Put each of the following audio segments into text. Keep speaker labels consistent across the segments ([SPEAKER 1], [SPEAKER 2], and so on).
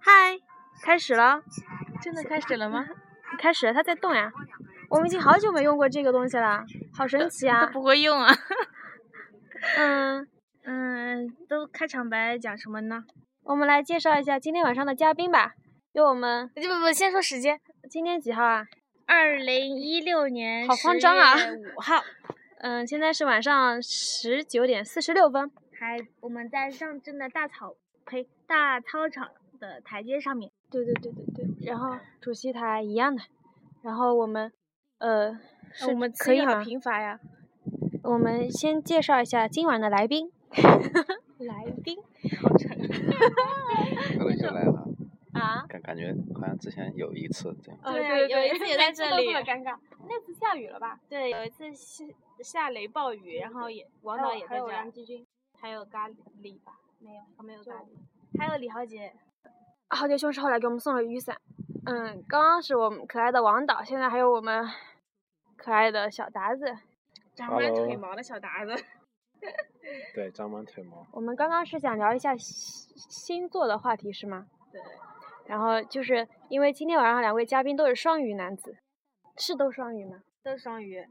[SPEAKER 1] 嗨，开始了，
[SPEAKER 2] 真的开始了吗？
[SPEAKER 1] 开始了，它在动呀。我们已经好久没用过这个东西了，好神奇
[SPEAKER 2] 都
[SPEAKER 1] 啊！
[SPEAKER 2] 不会用啊。
[SPEAKER 1] 嗯，
[SPEAKER 2] 嗯，都开场白讲什么呢？
[SPEAKER 1] 我们来介绍一下今天晚上的嘉宾吧。由我们
[SPEAKER 2] 不不不，先说时间，
[SPEAKER 1] 今天几号啊？
[SPEAKER 2] 二零一六年
[SPEAKER 1] 好慌张啊
[SPEAKER 2] 五号，
[SPEAKER 1] 嗯，现在是晚上十九点四十六分。
[SPEAKER 2] 还我们在上镇的大草呸大操场的台阶上面。
[SPEAKER 1] 对对对对对。然后主席台一样的，然后我们呃，是
[SPEAKER 2] 我们
[SPEAKER 1] 可以
[SPEAKER 2] 很
[SPEAKER 1] 哈。
[SPEAKER 2] 贫乏呀。
[SPEAKER 1] 我们先介绍一下今晚的来宾。
[SPEAKER 2] 来宾，
[SPEAKER 3] 可能就来了，
[SPEAKER 1] 啊？
[SPEAKER 3] 感感觉好像之前有一次这样，
[SPEAKER 1] 哦、
[SPEAKER 2] 对啊
[SPEAKER 1] 对
[SPEAKER 2] 有一次也在这里
[SPEAKER 1] 特尴尬。那次下雨了吧？
[SPEAKER 2] 对，有一次下下雷暴雨，然后也王
[SPEAKER 1] 还有
[SPEAKER 2] 导也
[SPEAKER 1] 还
[SPEAKER 2] 在这
[SPEAKER 1] 有
[SPEAKER 2] 儿
[SPEAKER 1] 杨，
[SPEAKER 2] 还有咖喱吧？没有，他没有咖喱，还有李豪杰。
[SPEAKER 1] 浩杰兄是后来给我们送了雨伞。嗯，刚刚是我们可爱的王导，现在还有我们可爱的小达子。
[SPEAKER 2] 长满腿
[SPEAKER 4] Hello
[SPEAKER 2] 毛的小达子，
[SPEAKER 4] 对，长满腿毛。
[SPEAKER 1] 我们刚刚是想聊一下星星座的话题是吗？
[SPEAKER 2] 对。
[SPEAKER 1] 然后就是因为今天晚上两位嘉宾都是双鱼男子，是都双鱼吗？
[SPEAKER 2] 都是双鱼。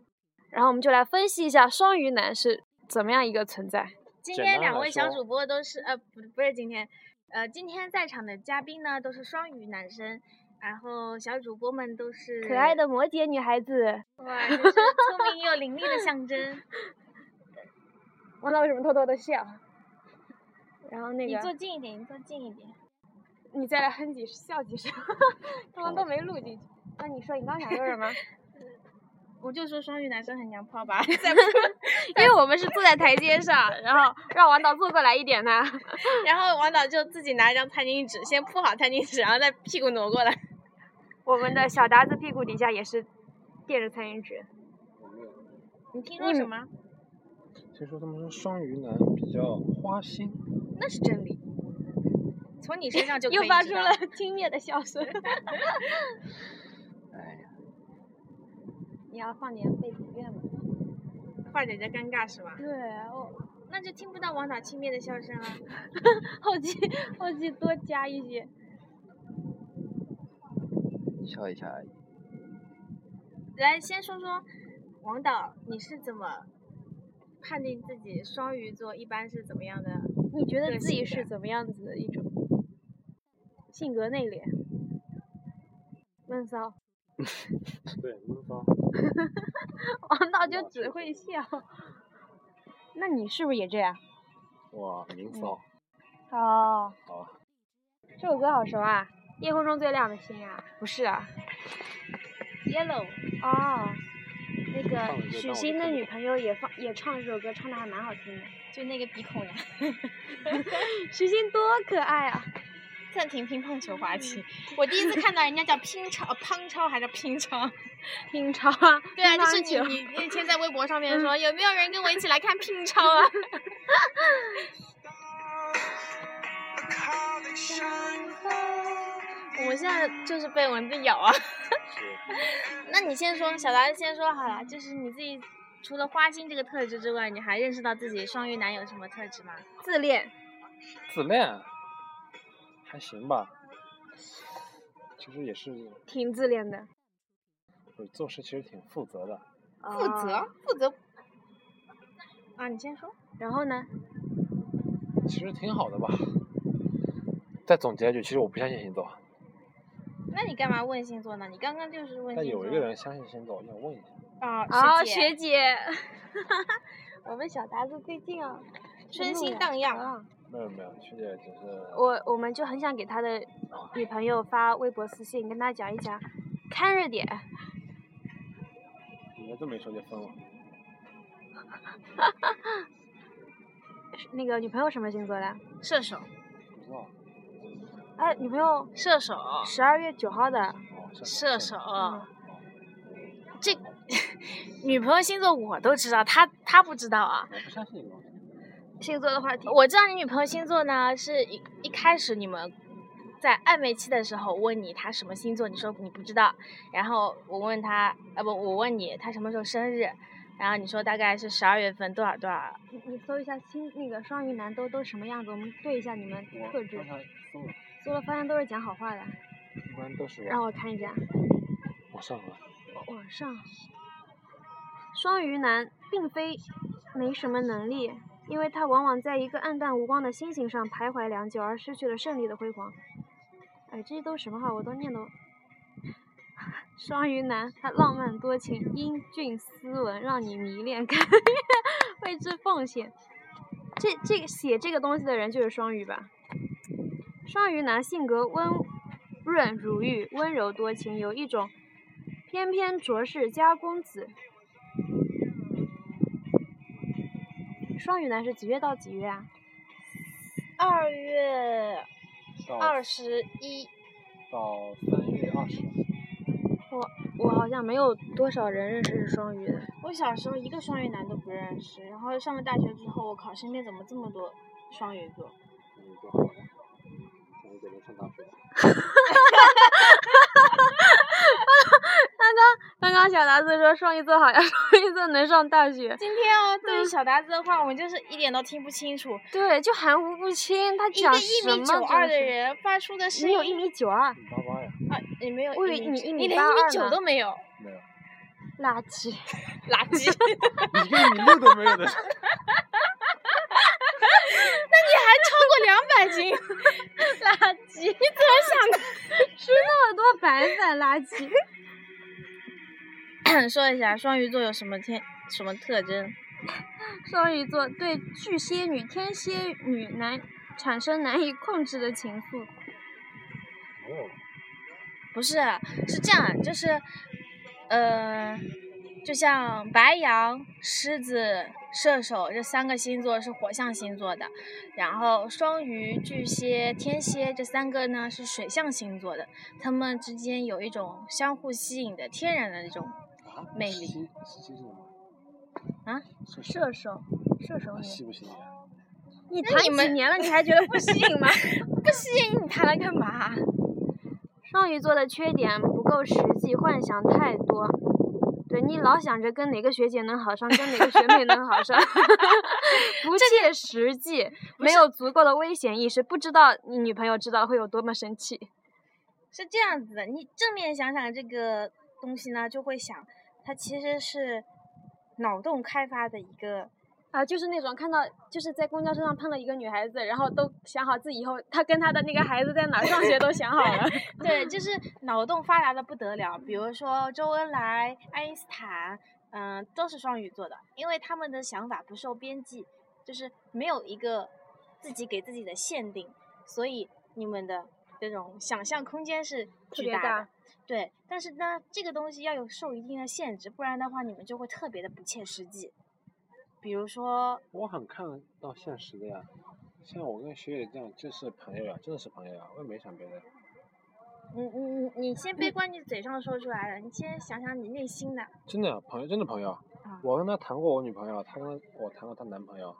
[SPEAKER 1] 然后我们就来分析一下双鱼男是怎么样一个存在。
[SPEAKER 2] 今
[SPEAKER 4] 简
[SPEAKER 2] 天
[SPEAKER 4] 单
[SPEAKER 2] 两
[SPEAKER 4] 来
[SPEAKER 2] 位小
[SPEAKER 4] 说
[SPEAKER 2] 主播都是呃，不不是今天，呃，今天在场的嘉宾呢都是双鱼男生，然后小主播们都是
[SPEAKER 1] 可爱，的摩羯女孩子，
[SPEAKER 2] 哇，真是聪明又伶俐的象 征。
[SPEAKER 1] 王导为什么偷偷的笑？ 然后那
[SPEAKER 2] 你
[SPEAKER 1] 个，
[SPEAKER 2] 坐近一点，你坐近一点。
[SPEAKER 1] 你再来哼几笑几声， 刚刚都没录进去。那、你说你刚想说什么？
[SPEAKER 2] 我就说双鱼男生很娘炮吧， 再不
[SPEAKER 1] 因为我们是坐在台阶上，然后让王导坐过来一点呢。
[SPEAKER 2] 然后王导就自己拿一张餐巾纸，先铺好餐巾纸，然后再屁股挪过来。
[SPEAKER 1] 我们的小达子屁股底下也是垫着餐巾纸。
[SPEAKER 2] 你听
[SPEAKER 1] 你
[SPEAKER 2] 说什
[SPEAKER 1] 们
[SPEAKER 2] 么？
[SPEAKER 4] 听说他们说双鱼男比较花心，
[SPEAKER 2] 那是真理，从你身上 就可
[SPEAKER 1] 又
[SPEAKER 2] 以
[SPEAKER 1] 发
[SPEAKER 2] 知
[SPEAKER 1] 出
[SPEAKER 2] 道
[SPEAKER 1] 了 轻蔑的笑声。
[SPEAKER 3] 哎呀，
[SPEAKER 1] 你要放点背景乐吗？
[SPEAKER 2] 坏姐姐尴尬是吧？
[SPEAKER 1] 对，啊我
[SPEAKER 2] 那就听不到王导轻蔑的笑声了。
[SPEAKER 1] 后期后期多加一些。
[SPEAKER 3] 笑一下而已。
[SPEAKER 2] 来，先说说王导，你是怎么判定自己双鱼座一般是怎么样的？
[SPEAKER 1] 你觉得
[SPEAKER 2] 个
[SPEAKER 1] 自己
[SPEAKER 2] 性
[SPEAKER 1] 是
[SPEAKER 2] 的
[SPEAKER 1] 怎么样子的一种性格内敛？闷骚，
[SPEAKER 4] 对，闷骚。
[SPEAKER 1] 王导就只会笑。那你是不是也这样？
[SPEAKER 4] 哇，明骚。
[SPEAKER 3] 嗯
[SPEAKER 1] 哦，
[SPEAKER 4] 好，
[SPEAKER 1] 这首歌好熟啊！夜空中最亮的星啊，不是啊？
[SPEAKER 2] Yellow，
[SPEAKER 1] 哦，那
[SPEAKER 4] 唱
[SPEAKER 1] 个
[SPEAKER 4] 了就
[SPEAKER 1] 许
[SPEAKER 4] 当我
[SPEAKER 1] 昕
[SPEAKER 4] 就
[SPEAKER 1] 的
[SPEAKER 4] 看
[SPEAKER 1] 女朋友也放也唱了这首歌，唱的还蛮好听 的。
[SPEAKER 2] 就那个鼻孔呀，
[SPEAKER 1] 许昕多可爱啊！
[SPEAKER 2] 暂停乒乓球滑 棋。我第一次看到人家叫乒超、呃乓超还是乒超？
[SPEAKER 1] 品尝啊，
[SPEAKER 2] 对啊，就是
[SPEAKER 1] 乒乓球
[SPEAKER 2] 你你那天在微博上面说，有没有人跟我一起来看乒超啊？ 我们现在就是被蚊子咬啊。
[SPEAKER 4] 是
[SPEAKER 2] 那你先说，小达先说好了，就是你自己除了花心这个特质之外，你还认识到自己双鱼男有什么特质吗？
[SPEAKER 1] 自恋。
[SPEAKER 4] 自恋，还行吧。其实也是，
[SPEAKER 1] 挺自恋的，
[SPEAKER 4] 我做事其实挺负责的。
[SPEAKER 2] 负责
[SPEAKER 4] 呃
[SPEAKER 1] 哦。，
[SPEAKER 2] 负责。啊，你先说。
[SPEAKER 1] 然后呢？
[SPEAKER 4] 其实挺好的吧。再总结一句，其实我不相信星座，
[SPEAKER 2] 那你干嘛问星座呢？你刚刚就是问星座。
[SPEAKER 4] 但有一个人相信星座，要问一下。
[SPEAKER 2] 啊，
[SPEAKER 1] 哦，学
[SPEAKER 2] 学姐
[SPEAKER 1] 姐， 我们小达子最近啊，
[SPEAKER 2] 春心荡漾。
[SPEAKER 1] 漾。
[SPEAKER 4] 没有没有，学姐只是
[SPEAKER 1] 啊我我们就很想给他的女朋友发微博私信，跟他讲一讲，看热点。
[SPEAKER 4] 你们这么一说就分了。
[SPEAKER 1] 那个女朋友什么星座的？啊
[SPEAKER 2] 射手，
[SPEAKER 4] 不知道。
[SPEAKER 1] 哎，女朋友
[SPEAKER 2] 射手，
[SPEAKER 1] 十二月九号的，
[SPEAKER 4] 哦，是
[SPEAKER 2] 射
[SPEAKER 4] 是
[SPEAKER 2] 手。这女朋友星座我都知道，他他不知道啊。
[SPEAKER 4] 我不相信你们。
[SPEAKER 1] 星座的话题。
[SPEAKER 2] 我知道你女朋友星座呢，是一一开始你们在暧昧期的时候问你她什么呃星座，你说你不知道，然后我问她，啊不，我问你她什么时候生日，然后你说大概是十二月份多少多少，
[SPEAKER 1] 你你搜一下星那个双鱼男都都什么样子，我们对一下你们
[SPEAKER 4] 我
[SPEAKER 1] 特质
[SPEAKER 4] 刚。才搜了，
[SPEAKER 1] 搜了发现都是讲好话的，
[SPEAKER 4] 一般都是
[SPEAKER 1] 让我看一下，
[SPEAKER 4] 我上了，
[SPEAKER 1] 往上。双鱼男并非没什么能力，因为他往往在一个暗淡无光的星星上徘徊良久，而失去了胜利的辉煌。哎，这些都是什么话？我都念都。 双鱼男，他浪漫多情、英俊斯文，让你迷恋，甘愿 为之奉献。这这个写这个东西的人就是双鱼吧？双鱼男性格温润如玉，温柔多情，有一种翩翩卓氏家公子。双鱼男是几月到几月啊？
[SPEAKER 2] 二月
[SPEAKER 4] 到
[SPEAKER 2] 二十一，
[SPEAKER 4] 到三月二十，
[SPEAKER 1] 我好像没有多少人认识是双鱼的。
[SPEAKER 2] 我小时候一个双鱼男都不认识，然后上了大学之后，我靠，身边怎么这么多双鱼座？
[SPEAKER 4] 你嗯就好了，终于给人上大学了。
[SPEAKER 1] 刚刚小达子说双鱼座好呀，双鱼座能上大学。
[SPEAKER 2] 今天哦，对于小达子的话，我们就是一点都听不清楚。
[SPEAKER 1] 对，就含糊不清，他
[SPEAKER 2] 一个
[SPEAKER 1] 讲什
[SPEAKER 2] 一
[SPEAKER 1] 么？
[SPEAKER 2] 米九二的，人发出的声
[SPEAKER 1] 你
[SPEAKER 2] 音，
[SPEAKER 1] 有一米九二，
[SPEAKER 4] 嗯你八八呀？
[SPEAKER 2] 啊，你没有
[SPEAKER 1] 我以为
[SPEAKER 2] 一米
[SPEAKER 1] 你
[SPEAKER 2] 九，
[SPEAKER 1] 一米
[SPEAKER 2] 你连一
[SPEAKER 1] 八
[SPEAKER 2] 米
[SPEAKER 1] 二
[SPEAKER 2] 九
[SPEAKER 1] 呢
[SPEAKER 2] 都没有，
[SPEAKER 4] 没有，
[SPEAKER 1] 垃 圾。
[SPEAKER 2] 垃圾！
[SPEAKER 4] 一个一米六都没有的。
[SPEAKER 2] 那你还超过两百斤，垃圾！ 你怎么想的？
[SPEAKER 1] 那么多白饭垃圾。
[SPEAKER 2] 说一下双鱼座有什么天什么特征？
[SPEAKER 1] 双鱼座对巨蟹女、天蝎女难产生难以控制的情愫。
[SPEAKER 4] 没有了，
[SPEAKER 2] 不是，啊是这样，就是，呃，就像白羊、狮子、射手这三个星座是火象星座的，然后双鱼、巨蟹、天蝎这三个呢是水象星座的，他们之间有一种相互吸引的天然的那种
[SPEAKER 4] 啊？
[SPEAKER 2] 魅
[SPEAKER 4] 是
[SPEAKER 2] 力
[SPEAKER 4] 星是星座吗？
[SPEAKER 2] 啊？
[SPEAKER 4] 是星
[SPEAKER 1] 射手，射手
[SPEAKER 4] 啊
[SPEAKER 1] 女，
[SPEAKER 4] 吸不吸引人？
[SPEAKER 1] 你
[SPEAKER 2] 那
[SPEAKER 1] 谈
[SPEAKER 2] 你
[SPEAKER 1] 几
[SPEAKER 2] 们
[SPEAKER 1] 年了，你还觉得不吸引 吗？
[SPEAKER 2] 不吸引你谈了干嘛？
[SPEAKER 1] 啊双鱼座的缺点不够实际，幻想太多。对你老想着跟哪个学姐能好上，跟哪个学妹能好上， 不切实际，没有足够的危险意识，不知道你女朋友知道会有多么生气。
[SPEAKER 2] 是这样子的，你正面想想这个东西呢，就会想它其实是脑洞开发的一个。
[SPEAKER 1] 啊，就是那种看到就是在公交车上碰到一个女孩子，然后都想好自己以后她跟她的那个孩子在哪儿上学都想好 了。
[SPEAKER 2] 对，就是脑洞发达的不得了。比如说周恩来、爱因斯坦，嗯、都是双鱼座的，因为他们的想法不受边际，就是没有一个自己给自己的限定，所以你们的这种想象空间是
[SPEAKER 1] 特
[SPEAKER 2] 巨
[SPEAKER 1] 别
[SPEAKER 2] 大的。
[SPEAKER 1] 大
[SPEAKER 2] 对，但是呢，这个东西要有受一定的限制，不然的话你们就会特别的不切实际。比如说，
[SPEAKER 4] 我很看到现实的呀，像我跟学姐这样，就是朋友呀，真的是朋友呀，我也没想别的。
[SPEAKER 2] 你你你你先
[SPEAKER 1] 嗯
[SPEAKER 2] 别管你嘴上说出来了，你先想想你内心的。
[SPEAKER 4] 真的，朋友，真的朋友。
[SPEAKER 1] 啊
[SPEAKER 4] 我跟她谈过我女朋友，她跟我谈过她男朋友，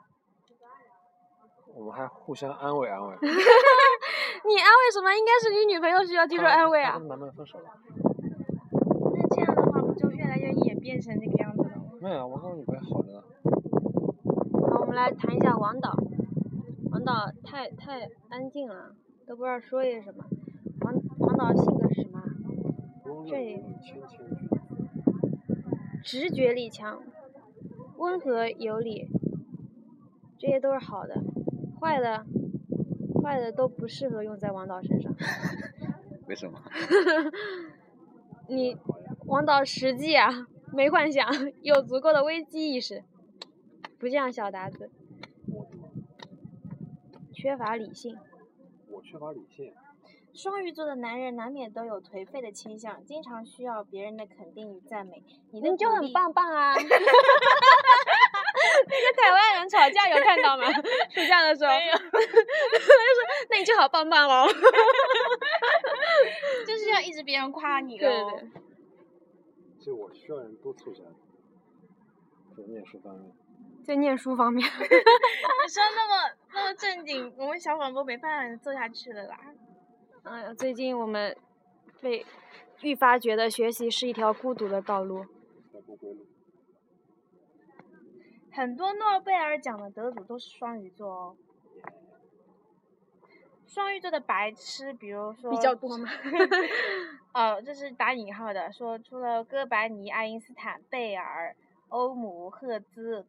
[SPEAKER 4] 我们还互相安慰安慰。
[SPEAKER 1] 你安慰什么？应该是你女朋友需要接受
[SPEAKER 4] 她
[SPEAKER 1] 安慰
[SPEAKER 4] 她
[SPEAKER 1] 啊。
[SPEAKER 4] 跟她男朋友分手了。
[SPEAKER 2] 那这样的话，不就越来越演变成那个样子了吗？
[SPEAKER 4] 没有，啊我跟我女朋友好着呢。
[SPEAKER 1] 好，我们来谈一下王导。王导太太安静了，都不知道说些什么。王王导性格是什么啊？
[SPEAKER 4] 温润
[SPEAKER 1] 这
[SPEAKER 4] 如千千钧
[SPEAKER 1] 直觉力强，温和有礼，这些都是好的。坏的，坏的都不适合用在王导身上。
[SPEAKER 3] 为什么？
[SPEAKER 1] 你王导实际啊，没幻想，有足够的危机意识，不像小达子，缺乏理性。
[SPEAKER 4] 我缺乏理性，
[SPEAKER 2] 双鱼座的男人难免都有颓废的倾向，经常需要别人的肯定与赞美。你的
[SPEAKER 1] 你就
[SPEAKER 2] 鼓
[SPEAKER 1] 很
[SPEAKER 2] 励，
[SPEAKER 1] 棒棒 啊！那个台湾人吵架有看到吗？暑假的时候，他就说：“ 那你就好棒哦棒喽。
[SPEAKER 2] 就是要一直别人夸”你
[SPEAKER 1] 对
[SPEAKER 2] 喽。
[SPEAKER 1] 对对，
[SPEAKER 4] 就我需要人督促一下，在念书方面。
[SPEAKER 1] 在念书方 面，
[SPEAKER 2] 你说那么那么正经，我们小广播没办法做下去了啦。
[SPEAKER 1] 哎呀，最近我们被愈发觉得学习是一条孤独的道路。
[SPEAKER 4] 在不归路。
[SPEAKER 2] 很多诺贝尔奖的得主都是双鱼座哦。双鱼座的白痴，比如说
[SPEAKER 1] 比较多 吗？
[SPEAKER 2] 哦，这是打引号的，说除了哥白尼、爱因斯坦、贝尔、欧姆、赫兹，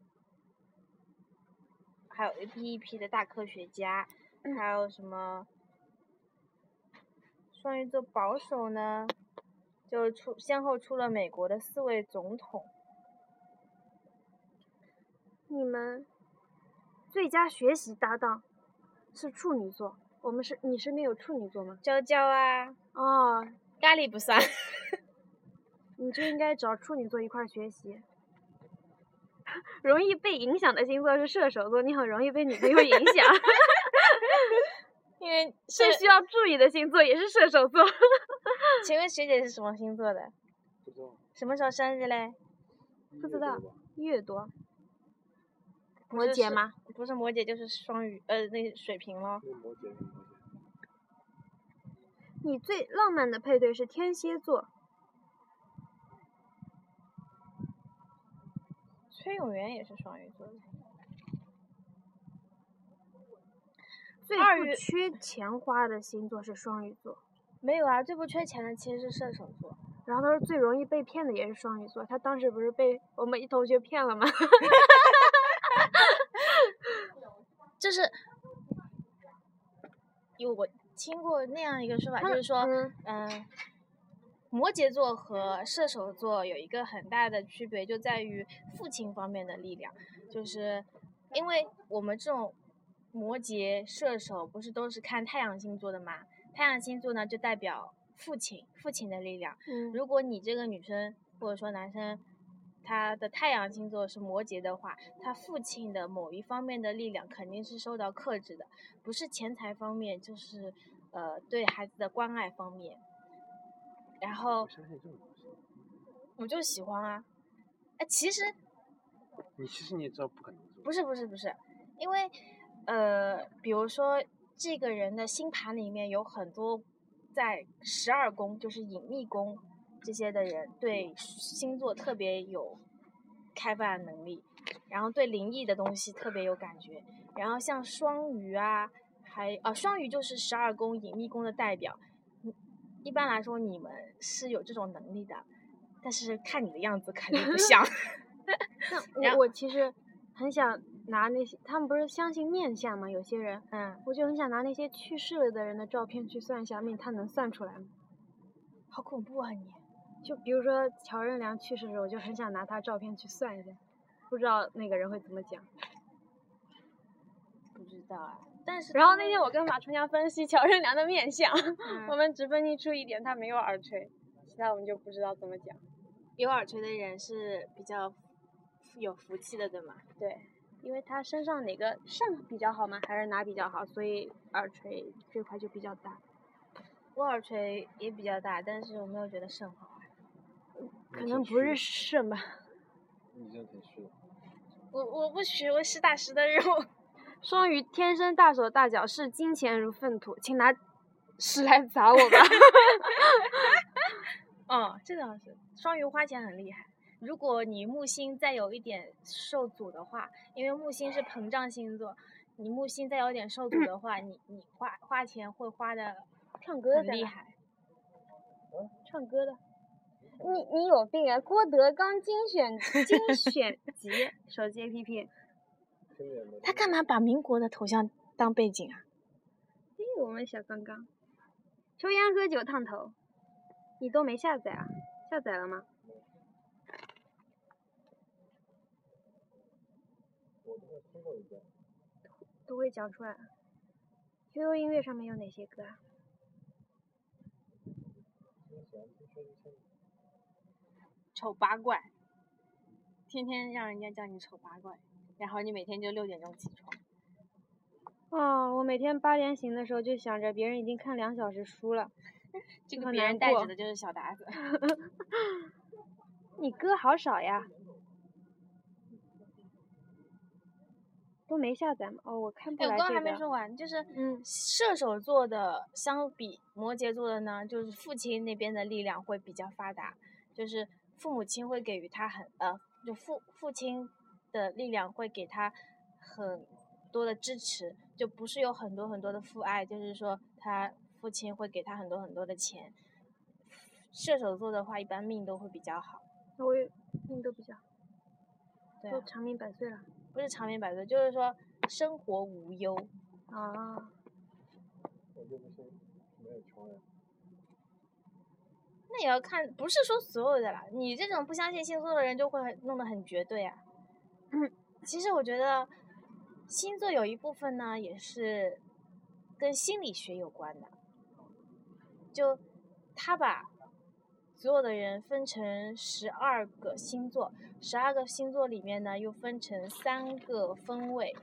[SPEAKER 2] 还有一批一批的大科学家，还有什么？双鱼座保守呢，就是出先后出了美国的四位总统。
[SPEAKER 1] 你们最佳学习搭档是处女座，我们是你身边有处女座吗？
[SPEAKER 2] 娇娇啊，
[SPEAKER 1] 哦，
[SPEAKER 2] 咖喱不算。
[SPEAKER 1] 你就应该找处女座一块儿学习。 容易被影响的星座是射手座，你很容易被女朋友影响。
[SPEAKER 2] 因 为
[SPEAKER 1] 最需要注意的星座也是射手 座。
[SPEAKER 2] 请问学姐是什么星座的？
[SPEAKER 4] 不知道。
[SPEAKER 2] 什么时候生日嘞？
[SPEAKER 1] 不知道
[SPEAKER 4] 一月多吧
[SPEAKER 1] 月多，
[SPEAKER 2] 不
[SPEAKER 1] 摩
[SPEAKER 2] 是
[SPEAKER 1] 羯
[SPEAKER 2] 是
[SPEAKER 1] 吗？
[SPEAKER 2] 不是摩羯就是双鱼，呃，那水瓶咯。
[SPEAKER 4] 那摩羯，那摩羯。
[SPEAKER 1] 你最浪漫的配对是天蝎座，
[SPEAKER 2] 崔永元也是双鱼座的。
[SPEAKER 1] 最
[SPEAKER 2] 二
[SPEAKER 1] 不
[SPEAKER 2] 月
[SPEAKER 1] 缺钱花的星座是双鱼座，
[SPEAKER 2] 没有啊，最不缺钱的其实是射手座。
[SPEAKER 1] 然后他说最容易被骗的也是双鱼座，他当时不是被我们一同学骗了吗？
[SPEAKER 2] 就是有我听过那样一个说法，
[SPEAKER 1] 他
[SPEAKER 2] 就是说，
[SPEAKER 1] 嗯
[SPEAKER 2] 嗯，摩羯座和射手座有一个很大的区别，就在于父亲方面的力量，就是因为我们这种摩羯、射手不是都是看太阳星座的嘛？太阳星座呢，就代表父亲，父亲的力量。
[SPEAKER 1] 嗯，
[SPEAKER 2] 如果你这个女生或者说男生，他的太阳星座是摩羯的话，他父亲的某一方面的力量肯定是受到克制的，不是钱财方面，就是呃对孩子的关爱方面。然后
[SPEAKER 4] 我相信这种东西。
[SPEAKER 2] 我就喜欢啊，哎，其实
[SPEAKER 4] 你其实你也知道不可能做。
[SPEAKER 2] 不是不是不是，因为呃，比如说这个人的星盘里面有很多在十二宫，就是隐秘宫这些的人，对星座特别有开发能力，然后对灵异的东西特别有感觉。然后像双鱼啊，还啊双鱼就是十二宫隐秘宫的代表。嗯一般来说，你们是有这种能力的，但是看你的样子肯定不像。然
[SPEAKER 1] 那我我其实很想拿那些，他们不是相信面相吗？有些人，
[SPEAKER 2] 嗯，
[SPEAKER 1] 我就很想拿那些去世了的人的照片去算一下命，他能算出来吗？
[SPEAKER 2] 好恐怖啊你！
[SPEAKER 1] 就比如说乔任梁去世的时候，我就很想拿他照片去算一下，不知道那个人会怎么讲。
[SPEAKER 2] 不知道啊，但是
[SPEAKER 1] 然后
[SPEAKER 2] 他
[SPEAKER 1] 那
[SPEAKER 2] 们
[SPEAKER 1] 天我跟马春阳分析乔任梁的面相， 我
[SPEAKER 2] 嗯
[SPEAKER 1] 们只分析出一点，他没有耳垂，其他我们就不知道怎么讲。
[SPEAKER 2] 有耳垂的人是比较有福气的，对吗？
[SPEAKER 1] 对，因为他身上哪个上比较好嘛，还是哪比较好，所以耳垂这块就比较大。
[SPEAKER 2] 我耳垂也比较大，但是我没有觉得肾好啊。
[SPEAKER 1] 可能不是肾吧，
[SPEAKER 4] 你这样挺虚的。
[SPEAKER 2] 我我不许我实打实的肉。
[SPEAKER 1] 双鱼天生大手大脚，视金钱如粪土，请拿石来砸我吧。
[SPEAKER 2] 嗯，这倒是。双鱼花钱很厉害。如果你木星再有一点受阻的话，因为木星是膨胀星座，你木星再有点受阻的话，你你花花钱会花的
[SPEAKER 1] 唱歌
[SPEAKER 2] 很
[SPEAKER 1] 的
[SPEAKER 2] 厉，害。嗯
[SPEAKER 1] 唱歌的。你你有病啊！郭德纲精选 精选集手机 APP，
[SPEAKER 4] 真的也没
[SPEAKER 2] 他干嘛把民国的头像当背景啊？
[SPEAKER 1] 嘿，我们小刚刚，抽烟喝酒烫头，你都没下载啊？下载了吗？都会讲出来。QQ 音乐上面有哪些歌啊？
[SPEAKER 2] 丑八怪，天天让人家叫你丑八怪，然后你每天就六点钟起床。
[SPEAKER 1] 哦，我每天八点醒的时候就想着别人已经看两小时书了。
[SPEAKER 2] 这
[SPEAKER 1] 就
[SPEAKER 2] 个
[SPEAKER 1] 很
[SPEAKER 2] 别
[SPEAKER 1] 难
[SPEAKER 2] 人带
[SPEAKER 1] 过
[SPEAKER 2] 着的就是小达子。
[SPEAKER 1] 你歌好少呀，都没下载吗？哦，我看不
[SPEAKER 2] 哎，我
[SPEAKER 1] 来
[SPEAKER 2] 刚
[SPEAKER 1] 这
[SPEAKER 2] 刚还没
[SPEAKER 1] 个。
[SPEAKER 2] 说完，就是
[SPEAKER 1] 嗯
[SPEAKER 2] 射手座的相比摩羯座的呢，就是父亲那边的力量会比较发达，就是父母亲会给予他很呃，就父父亲的力量会给他很多的支持，就不是有很多很多的父爱，就是说他父亲会给他很多很多的钱。射手座的话，一般命都会比较好，
[SPEAKER 1] 我也命都比较好，
[SPEAKER 2] 对啊、
[SPEAKER 1] 都长命百岁了。
[SPEAKER 2] 不是长命百岁，就是说生活无忧。
[SPEAKER 1] 啊，
[SPEAKER 4] 我就不信没有穷人。
[SPEAKER 2] 那也要看，不是说所有的啦。你这种不相信星座的人，就会很弄得很绝对啊。
[SPEAKER 1] 嗯，
[SPEAKER 2] 其实我觉得星座有一部分呢，也是跟心理学有关的。就他把所有的人分成十二个星座，十二个星座里面呢，又分成三个分位，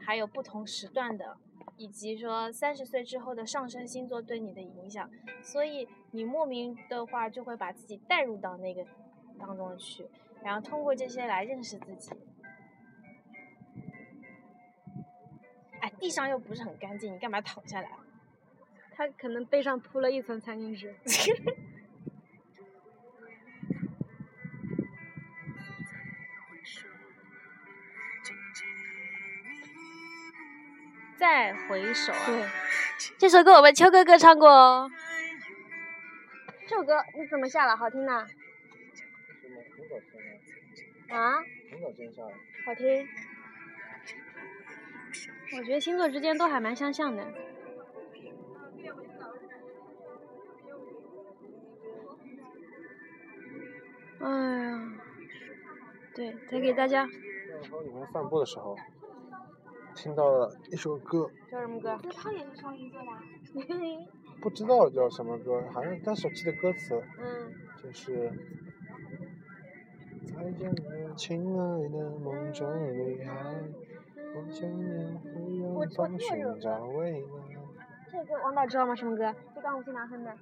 [SPEAKER 2] 还有不同时段的，以及说三十岁之后的上升星座对你的影响。所以你莫名的话就会把自己带入到那个当中去，然后通过这些来认识自己。哎，地上又不是很干净，你干嘛躺下来？啊
[SPEAKER 1] 他可能背上铺了一层餐巾纸。
[SPEAKER 2] 再回首啊，
[SPEAKER 1] 对，这首歌我们秋哥哥唱过哦。这首歌你怎么下了？好听呐、
[SPEAKER 4] 真的很早签的，
[SPEAKER 1] 啊？
[SPEAKER 4] 很早签下来。
[SPEAKER 1] 好听。我觉得星座之间都还蛮相像的。哎呀，对，再给大家
[SPEAKER 4] 那时候你们散步的时候，听到了一首歌，
[SPEAKER 2] 叫什么歌？
[SPEAKER 1] 他也是双鱼座的。
[SPEAKER 4] 不知道叫什么歌，好像但是我记得歌词
[SPEAKER 1] 嗯，
[SPEAKER 4] 就是。再见了，亲爱的梦中女孩，我想念不
[SPEAKER 1] 我
[SPEAKER 4] 用
[SPEAKER 1] 我
[SPEAKER 4] 方
[SPEAKER 1] 听过这首
[SPEAKER 4] 寻找未来。
[SPEAKER 1] 这个王导知道吗？什么歌？就刚我去拿哼的。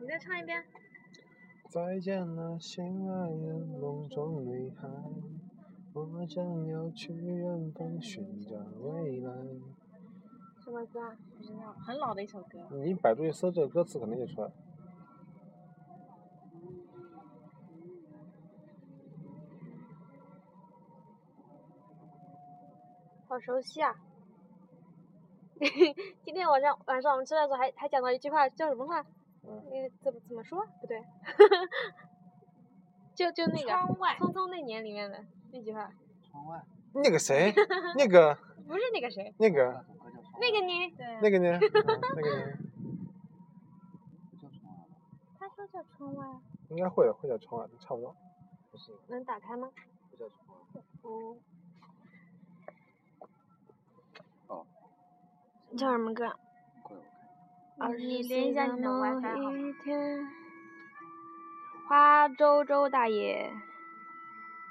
[SPEAKER 2] 你再唱一遍。
[SPEAKER 4] 再见了，心爱的梦中女孩，我们将要去远方寻找未来。
[SPEAKER 1] 什么歌啊？
[SPEAKER 2] 不知道，嗯很老的一首歌。
[SPEAKER 4] 你百度一搜这个歌词，肯定就出来。
[SPEAKER 1] 好熟悉啊！ 今天晚上晚上我们吃饭的时候还还讲到一句话，叫什么话？
[SPEAKER 4] 嗯，
[SPEAKER 1] 那个怎么怎么说？不对， 就就那个《
[SPEAKER 2] 窗外。
[SPEAKER 1] 匆匆那年》里面的那句话，
[SPEAKER 4] 那个谁，那个
[SPEAKER 1] 不是那个谁，
[SPEAKER 4] 那个
[SPEAKER 1] 那个你，
[SPEAKER 4] 那个呢？嗯那个呢？
[SPEAKER 1] 他说叫窗外，
[SPEAKER 4] 应该会的，会叫窗外的，差不多。
[SPEAKER 1] 能打开吗？
[SPEAKER 3] 不叫窗外。
[SPEAKER 1] 哦。
[SPEAKER 3] 哦。
[SPEAKER 1] 叫什么歌？
[SPEAKER 3] 怪我
[SPEAKER 1] 二
[SPEAKER 2] 你
[SPEAKER 1] 十
[SPEAKER 2] 连一
[SPEAKER 1] 岁
[SPEAKER 2] 下
[SPEAKER 1] 啊的
[SPEAKER 2] 你的
[SPEAKER 1] 某
[SPEAKER 2] WiFi 啊好吗
[SPEAKER 1] 一天，花粥粥大爷，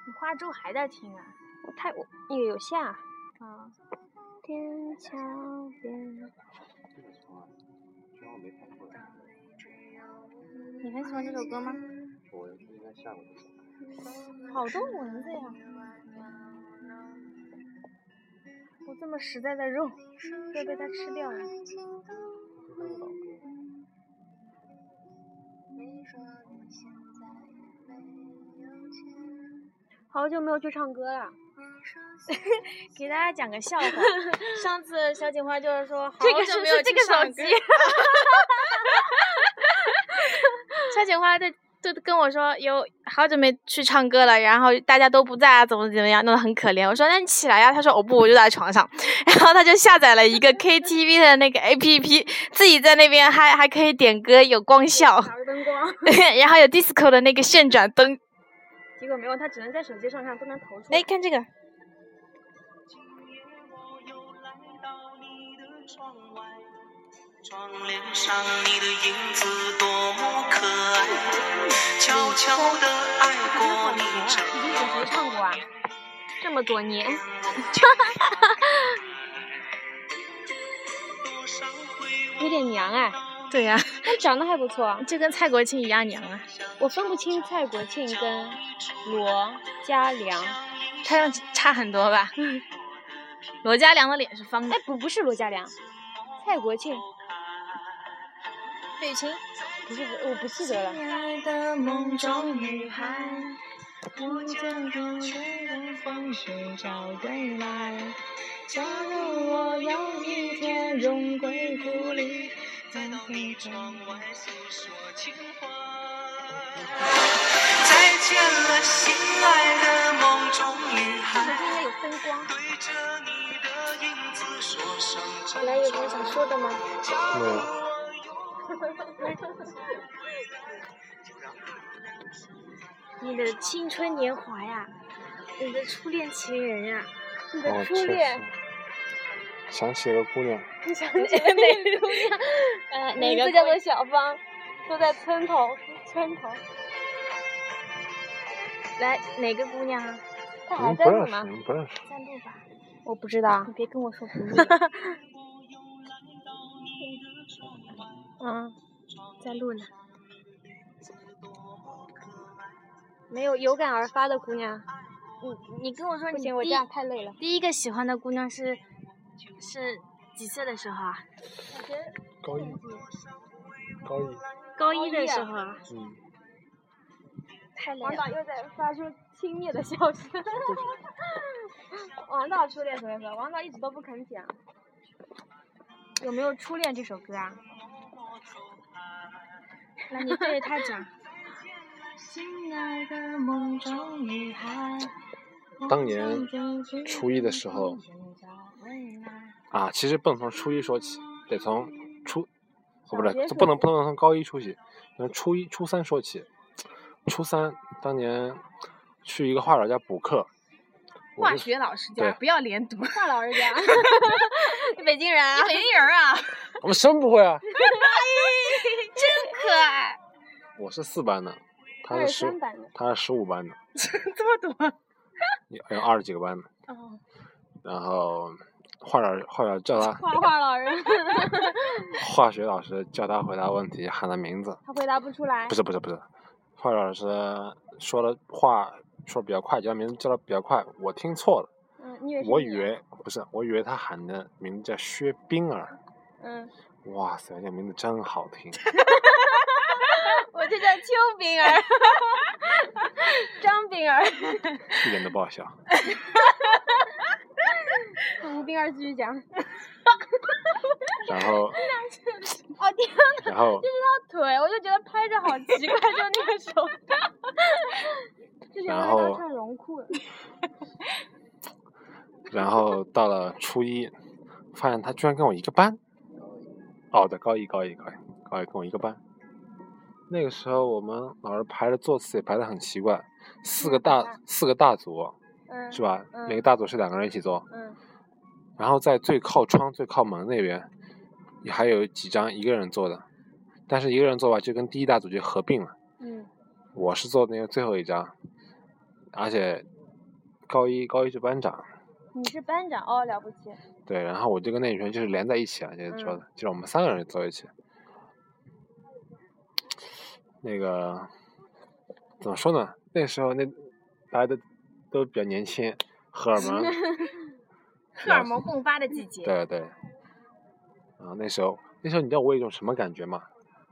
[SPEAKER 2] 你花粥还在听啊？
[SPEAKER 1] 我太我那个有线啊。
[SPEAKER 2] 啊。
[SPEAKER 1] 天桥边。
[SPEAKER 3] 这个窗外，窗外没看过。
[SPEAKER 2] 你很喜欢这首歌吗？
[SPEAKER 3] 我应该下午就走。
[SPEAKER 2] 好多
[SPEAKER 1] 啊
[SPEAKER 2] 蚊子呀！我这么实在的肉要被它吃掉了。
[SPEAKER 3] 这都是老歌。
[SPEAKER 1] 好久没有去唱歌了，
[SPEAKER 2] 给大家讲个 笑话，上次小警花就是说好
[SPEAKER 1] 这个
[SPEAKER 2] 久
[SPEAKER 1] 是
[SPEAKER 2] 没
[SPEAKER 1] 是
[SPEAKER 2] 有
[SPEAKER 1] 这
[SPEAKER 2] 去
[SPEAKER 1] 个手
[SPEAKER 2] 唱歌
[SPEAKER 1] 机
[SPEAKER 2] 小警花在就跟我说有好久没去唱歌了，然后大家都不在啊，怎么怎么样，弄得很可怜。我说那你起来呀、他说我、不，我就在床上。 然后他就下载了一个 KTV 的那个 APP，自己在那边还还可以点歌，有光效，
[SPEAKER 1] 调个灯光，
[SPEAKER 2] 然后有 disco 的那个旋转灯。
[SPEAKER 1] 结果没有，他只能在手机上看，不能投出来
[SPEAKER 2] 哎，。看这个，
[SPEAKER 5] 窗帘上你的影子多么可爱，悄悄地爱过你这
[SPEAKER 1] 已经给谁唱过啊？这么多 年，有点娘哎，
[SPEAKER 2] 对呀、
[SPEAKER 1] 但长得还不错。啊
[SPEAKER 2] 这跟蔡国庆一样娘啊，
[SPEAKER 1] 我分不清蔡国庆跟罗嘉良，嗯
[SPEAKER 2] 他要差很多吧？罗嘉良的脸是方的
[SPEAKER 1] 哎，，不不是罗嘉良，蔡国庆，
[SPEAKER 2] 费玉清。
[SPEAKER 1] 不是我不记得了。
[SPEAKER 5] 梦中女孩，我将永远的
[SPEAKER 4] 方寻找未来。假如我有一天荣归故里，
[SPEAKER 5] 再到你窗外诉说情怀。再见了，心爱的梦中女
[SPEAKER 1] 手机应该
[SPEAKER 5] 孩
[SPEAKER 1] 有。分光。
[SPEAKER 5] 对着你的影子说声珍
[SPEAKER 1] 本来有什么想说的吗？
[SPEAKER 5] 重
[SPEAKER 6] 没有
[SPEAKER 1] 你的青春年华呀，你的初恋情人呀，你
[SPEAKER 6] 哦，
[SPEAKER 1] 的初
[SPEAKER 6] 确
[SPEAKER 1] 恋哦
[SPEAKER 6] 实，。想起了姑娘，
[SPEAKER 1] 你想起了哪个姑娘？
[SPEAKER 2] 呃，哪
[SPEAKER 1] 名
[SPEAKER 2] 个
[SPEAKER 1] 字叫做小芳，都在村头，村头。来，哪个姑娘啊？她还
[SPEAKER 6] 你们
[SPEAKER 1] 在
[SPEAKER 6] 嗯不
[SPEAKER 1] 录
[SPEAKER 6] 认识，
[SPEAKER 1] 吗
[SPEAKER 6] 你？们不认识。
[SPEAKER 1] 在录吧。我不知道。你别跟我说不 录。嗯，在录呢。没有有感而发的姑娘，
[SPEAKER 2] 你你跟我说
[SPEAKER 1] 不
[SPEAKER 2] 你
[SPEAKER 1] 行，我
[SPEAKER 2] 第
[SPEAKER 1] 这
[SPEAKER 2] 一
[SPEAKER 1] 样太累了。
[SPEAKER 2] 第一个喜欢的姑娘是是几岁的时候啊？
[SPEAKER 6] 高一，高一，
[SPEAKER 2] 高
[SPEAKER 1] 高
[SPEAKER 2] 一
[SPEAKER 1] 一
[SPEAKER 2] 的时
[SPEAKER 1] 啊
[SPEAKER 2] 候啊。
[SPEAKER 6] 嗯，
[SPEAKER 1] 太累王导又在发出轻蔑的笑声。 王导初恋什么歌？王导一直都不肯讲。有没有《初恋》这首 歌啊？
[SPEAKER 2] 来，你对着他讲。
[SPEAKER 4] 亲爱的梦中女孩。哦
[SPEAKER 6] 当年初一的时候啊，其实不能从初一说起，得从初，哦不
[SPEAKER 1] 小学
[SPEAKER 6] 对，
[SPEAKER 1] 说
[SPEAKER 6] 不能
[SPEAKER 1] 起
[SPEAKER 6] 不能从高一说起，从初一初三说起。初三当年去一个画老家补课，我
[SPEAKER 4] 化
[SPEAKER 6] 是
[SPEAKER 4] 学老师
[SPEAKER 6] 对
[SPEAKER 4] 家不要连读，
[SPEAKER 1] 大老师家， 北京人啊
[SPEAKER 4] 没人儿啊， 哎
[SPEAKER 6] 我什么不会啊？
[SPEAKER 4] 可爱，
[SPEAKER 6] 我是四 班的，他
[SPEAKER 1] 他
[SPEAKER 6] 是
[SPEAKER 1] 是
[SPEAKER 6] 十
[SPEAKER 1] 三班的，
[SPEAKER 6] 他是十五班的，
[SPEAKER 4] 这么多。
[SPEAKER 6] 也 还有二十几个班的。
[SPEAKER 4] 哦，
[SPEAKER 6] 然后画老 画老 叫他
[SPEAKER 1] 画画老人，
[SPEAKER 6] 化学老师叫他回答问题，喊他名字，
[SPEAKER 1] 他回答不出来
[SPEAKER 6] 不。是不是不是，化学老师说的话说得比较快，叫名字叫的比较快，我听错了，
[SPEAKER 1] 嗯，你以为是
[SPEAKER 6] 我
[SPEAKER 1] 你
[SPEAKER 6] 以为不是，我以为他喊的名字叫薛冰儿，
[SPEAKER 1] 嗯，
[SPEAKER 6] 哇塞，这名字真好听，
[SPEAKER 1] 我这叫邱冰 儿，张 冰儿，
[SPEAKER 6] 一点都不好笑。
[SPEAKER 1] 吴冰儿继续讲。
[SPEAKER 6] 然 后
[SPEAKER 1] 哦天
[SPEAKER 6] 然后
[SPEAKER 1] 腿，我就觉得拍着好奇怪，就那 个手。之前
[SPEAKER 6] 然
[SPEAKER 1] 他刚
[SPEAKER 6] 后
[SPEAKER 1] 穿绒裤 了，
[SPEAKER 6] 然后到了初一，发现他居然跟我一个班。哦，对，高一高一高一高一跟我一个班。那个时候我们老师排的座次也排的很奇怪，四个大四个大组
[SPEAKER 1] 嗯
[SPEAKER 6] 是吧？
[SPEAKER 1] 嗯
[SPEAKER 6] 每个大组是两个人一起坐，
[SPEAKER 1] 嗯，
[SPEAKER 6] 然后在最靠窗、最靠门那边，也还有几张一个人坐的，但是一个人坐吧就跟第一大组就合并了。
[SPEAKER 1] 嗯，
[SPEAKER 6] 我是坐那个最后一张，而且高一高一是班长，
[SPEAKER 1] 你是班长哦，了不起。
[SPEAKER 6] 对，然后我就跟那女生就是连在一起了，
[SPEAKER 2] 嗯
[SPEAKER 6] 就是说，就是我们三个人坐一起。那个怎么说呢？那时候那大家都都比较年轻，荷尔蒙
[SPEAKER 2] 荷尔蒙迸发的季节。
[SPEAKER 6] 对对。啊，那时候那时候你知道我有一种什么感觉吗？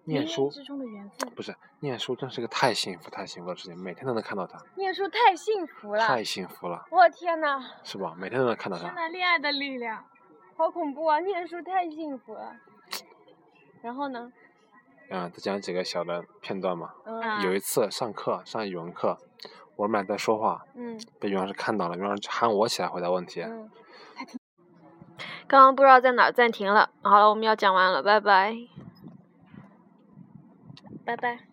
[SPEAKER 6] 念
[SPEAKER 1] 嗯
[SPEAKER 2] 冥冥
[SPEAKER 6] 书
[SPEAKER 2] 之中的缘分。
[SPEAKER 6] 不是念书，真是个太幸福太幸福的事情，每天都能看到他，
[SPEAKER 1] 念书太幸福了，
[SPEAKER 6] 太幸福了，
[SPEAKER 1] 我天呐，
[SPEAKER 6] 是吧？每天都能看到
[SPEAKER 4] 天
[SPEAKER 6] 他。
[SPEAKER 4] 呐，恋爱的力量，
[SPEAKER 1] 好恐怖啊！念书太幸福了。然后呢？
[SPEAKER 6] 嗯，再讲几个小的片段嘛。
[SPEAKER 1] 嗯
[SPEAKER 2] 啊
[SPEAKER 6] 有一次上课上语文课，我们俩在说话，
[SPEAKER 1] 嗯
[SPEAKER 6] 被语文老师看到了，语文老师喊我起来回答问题。
[SPEAKER 1] 嗯。刚刚不知道在哪儿暂停了，好了，我们要讲完了，拜拜。
[SPEAKER 2] 拜拜。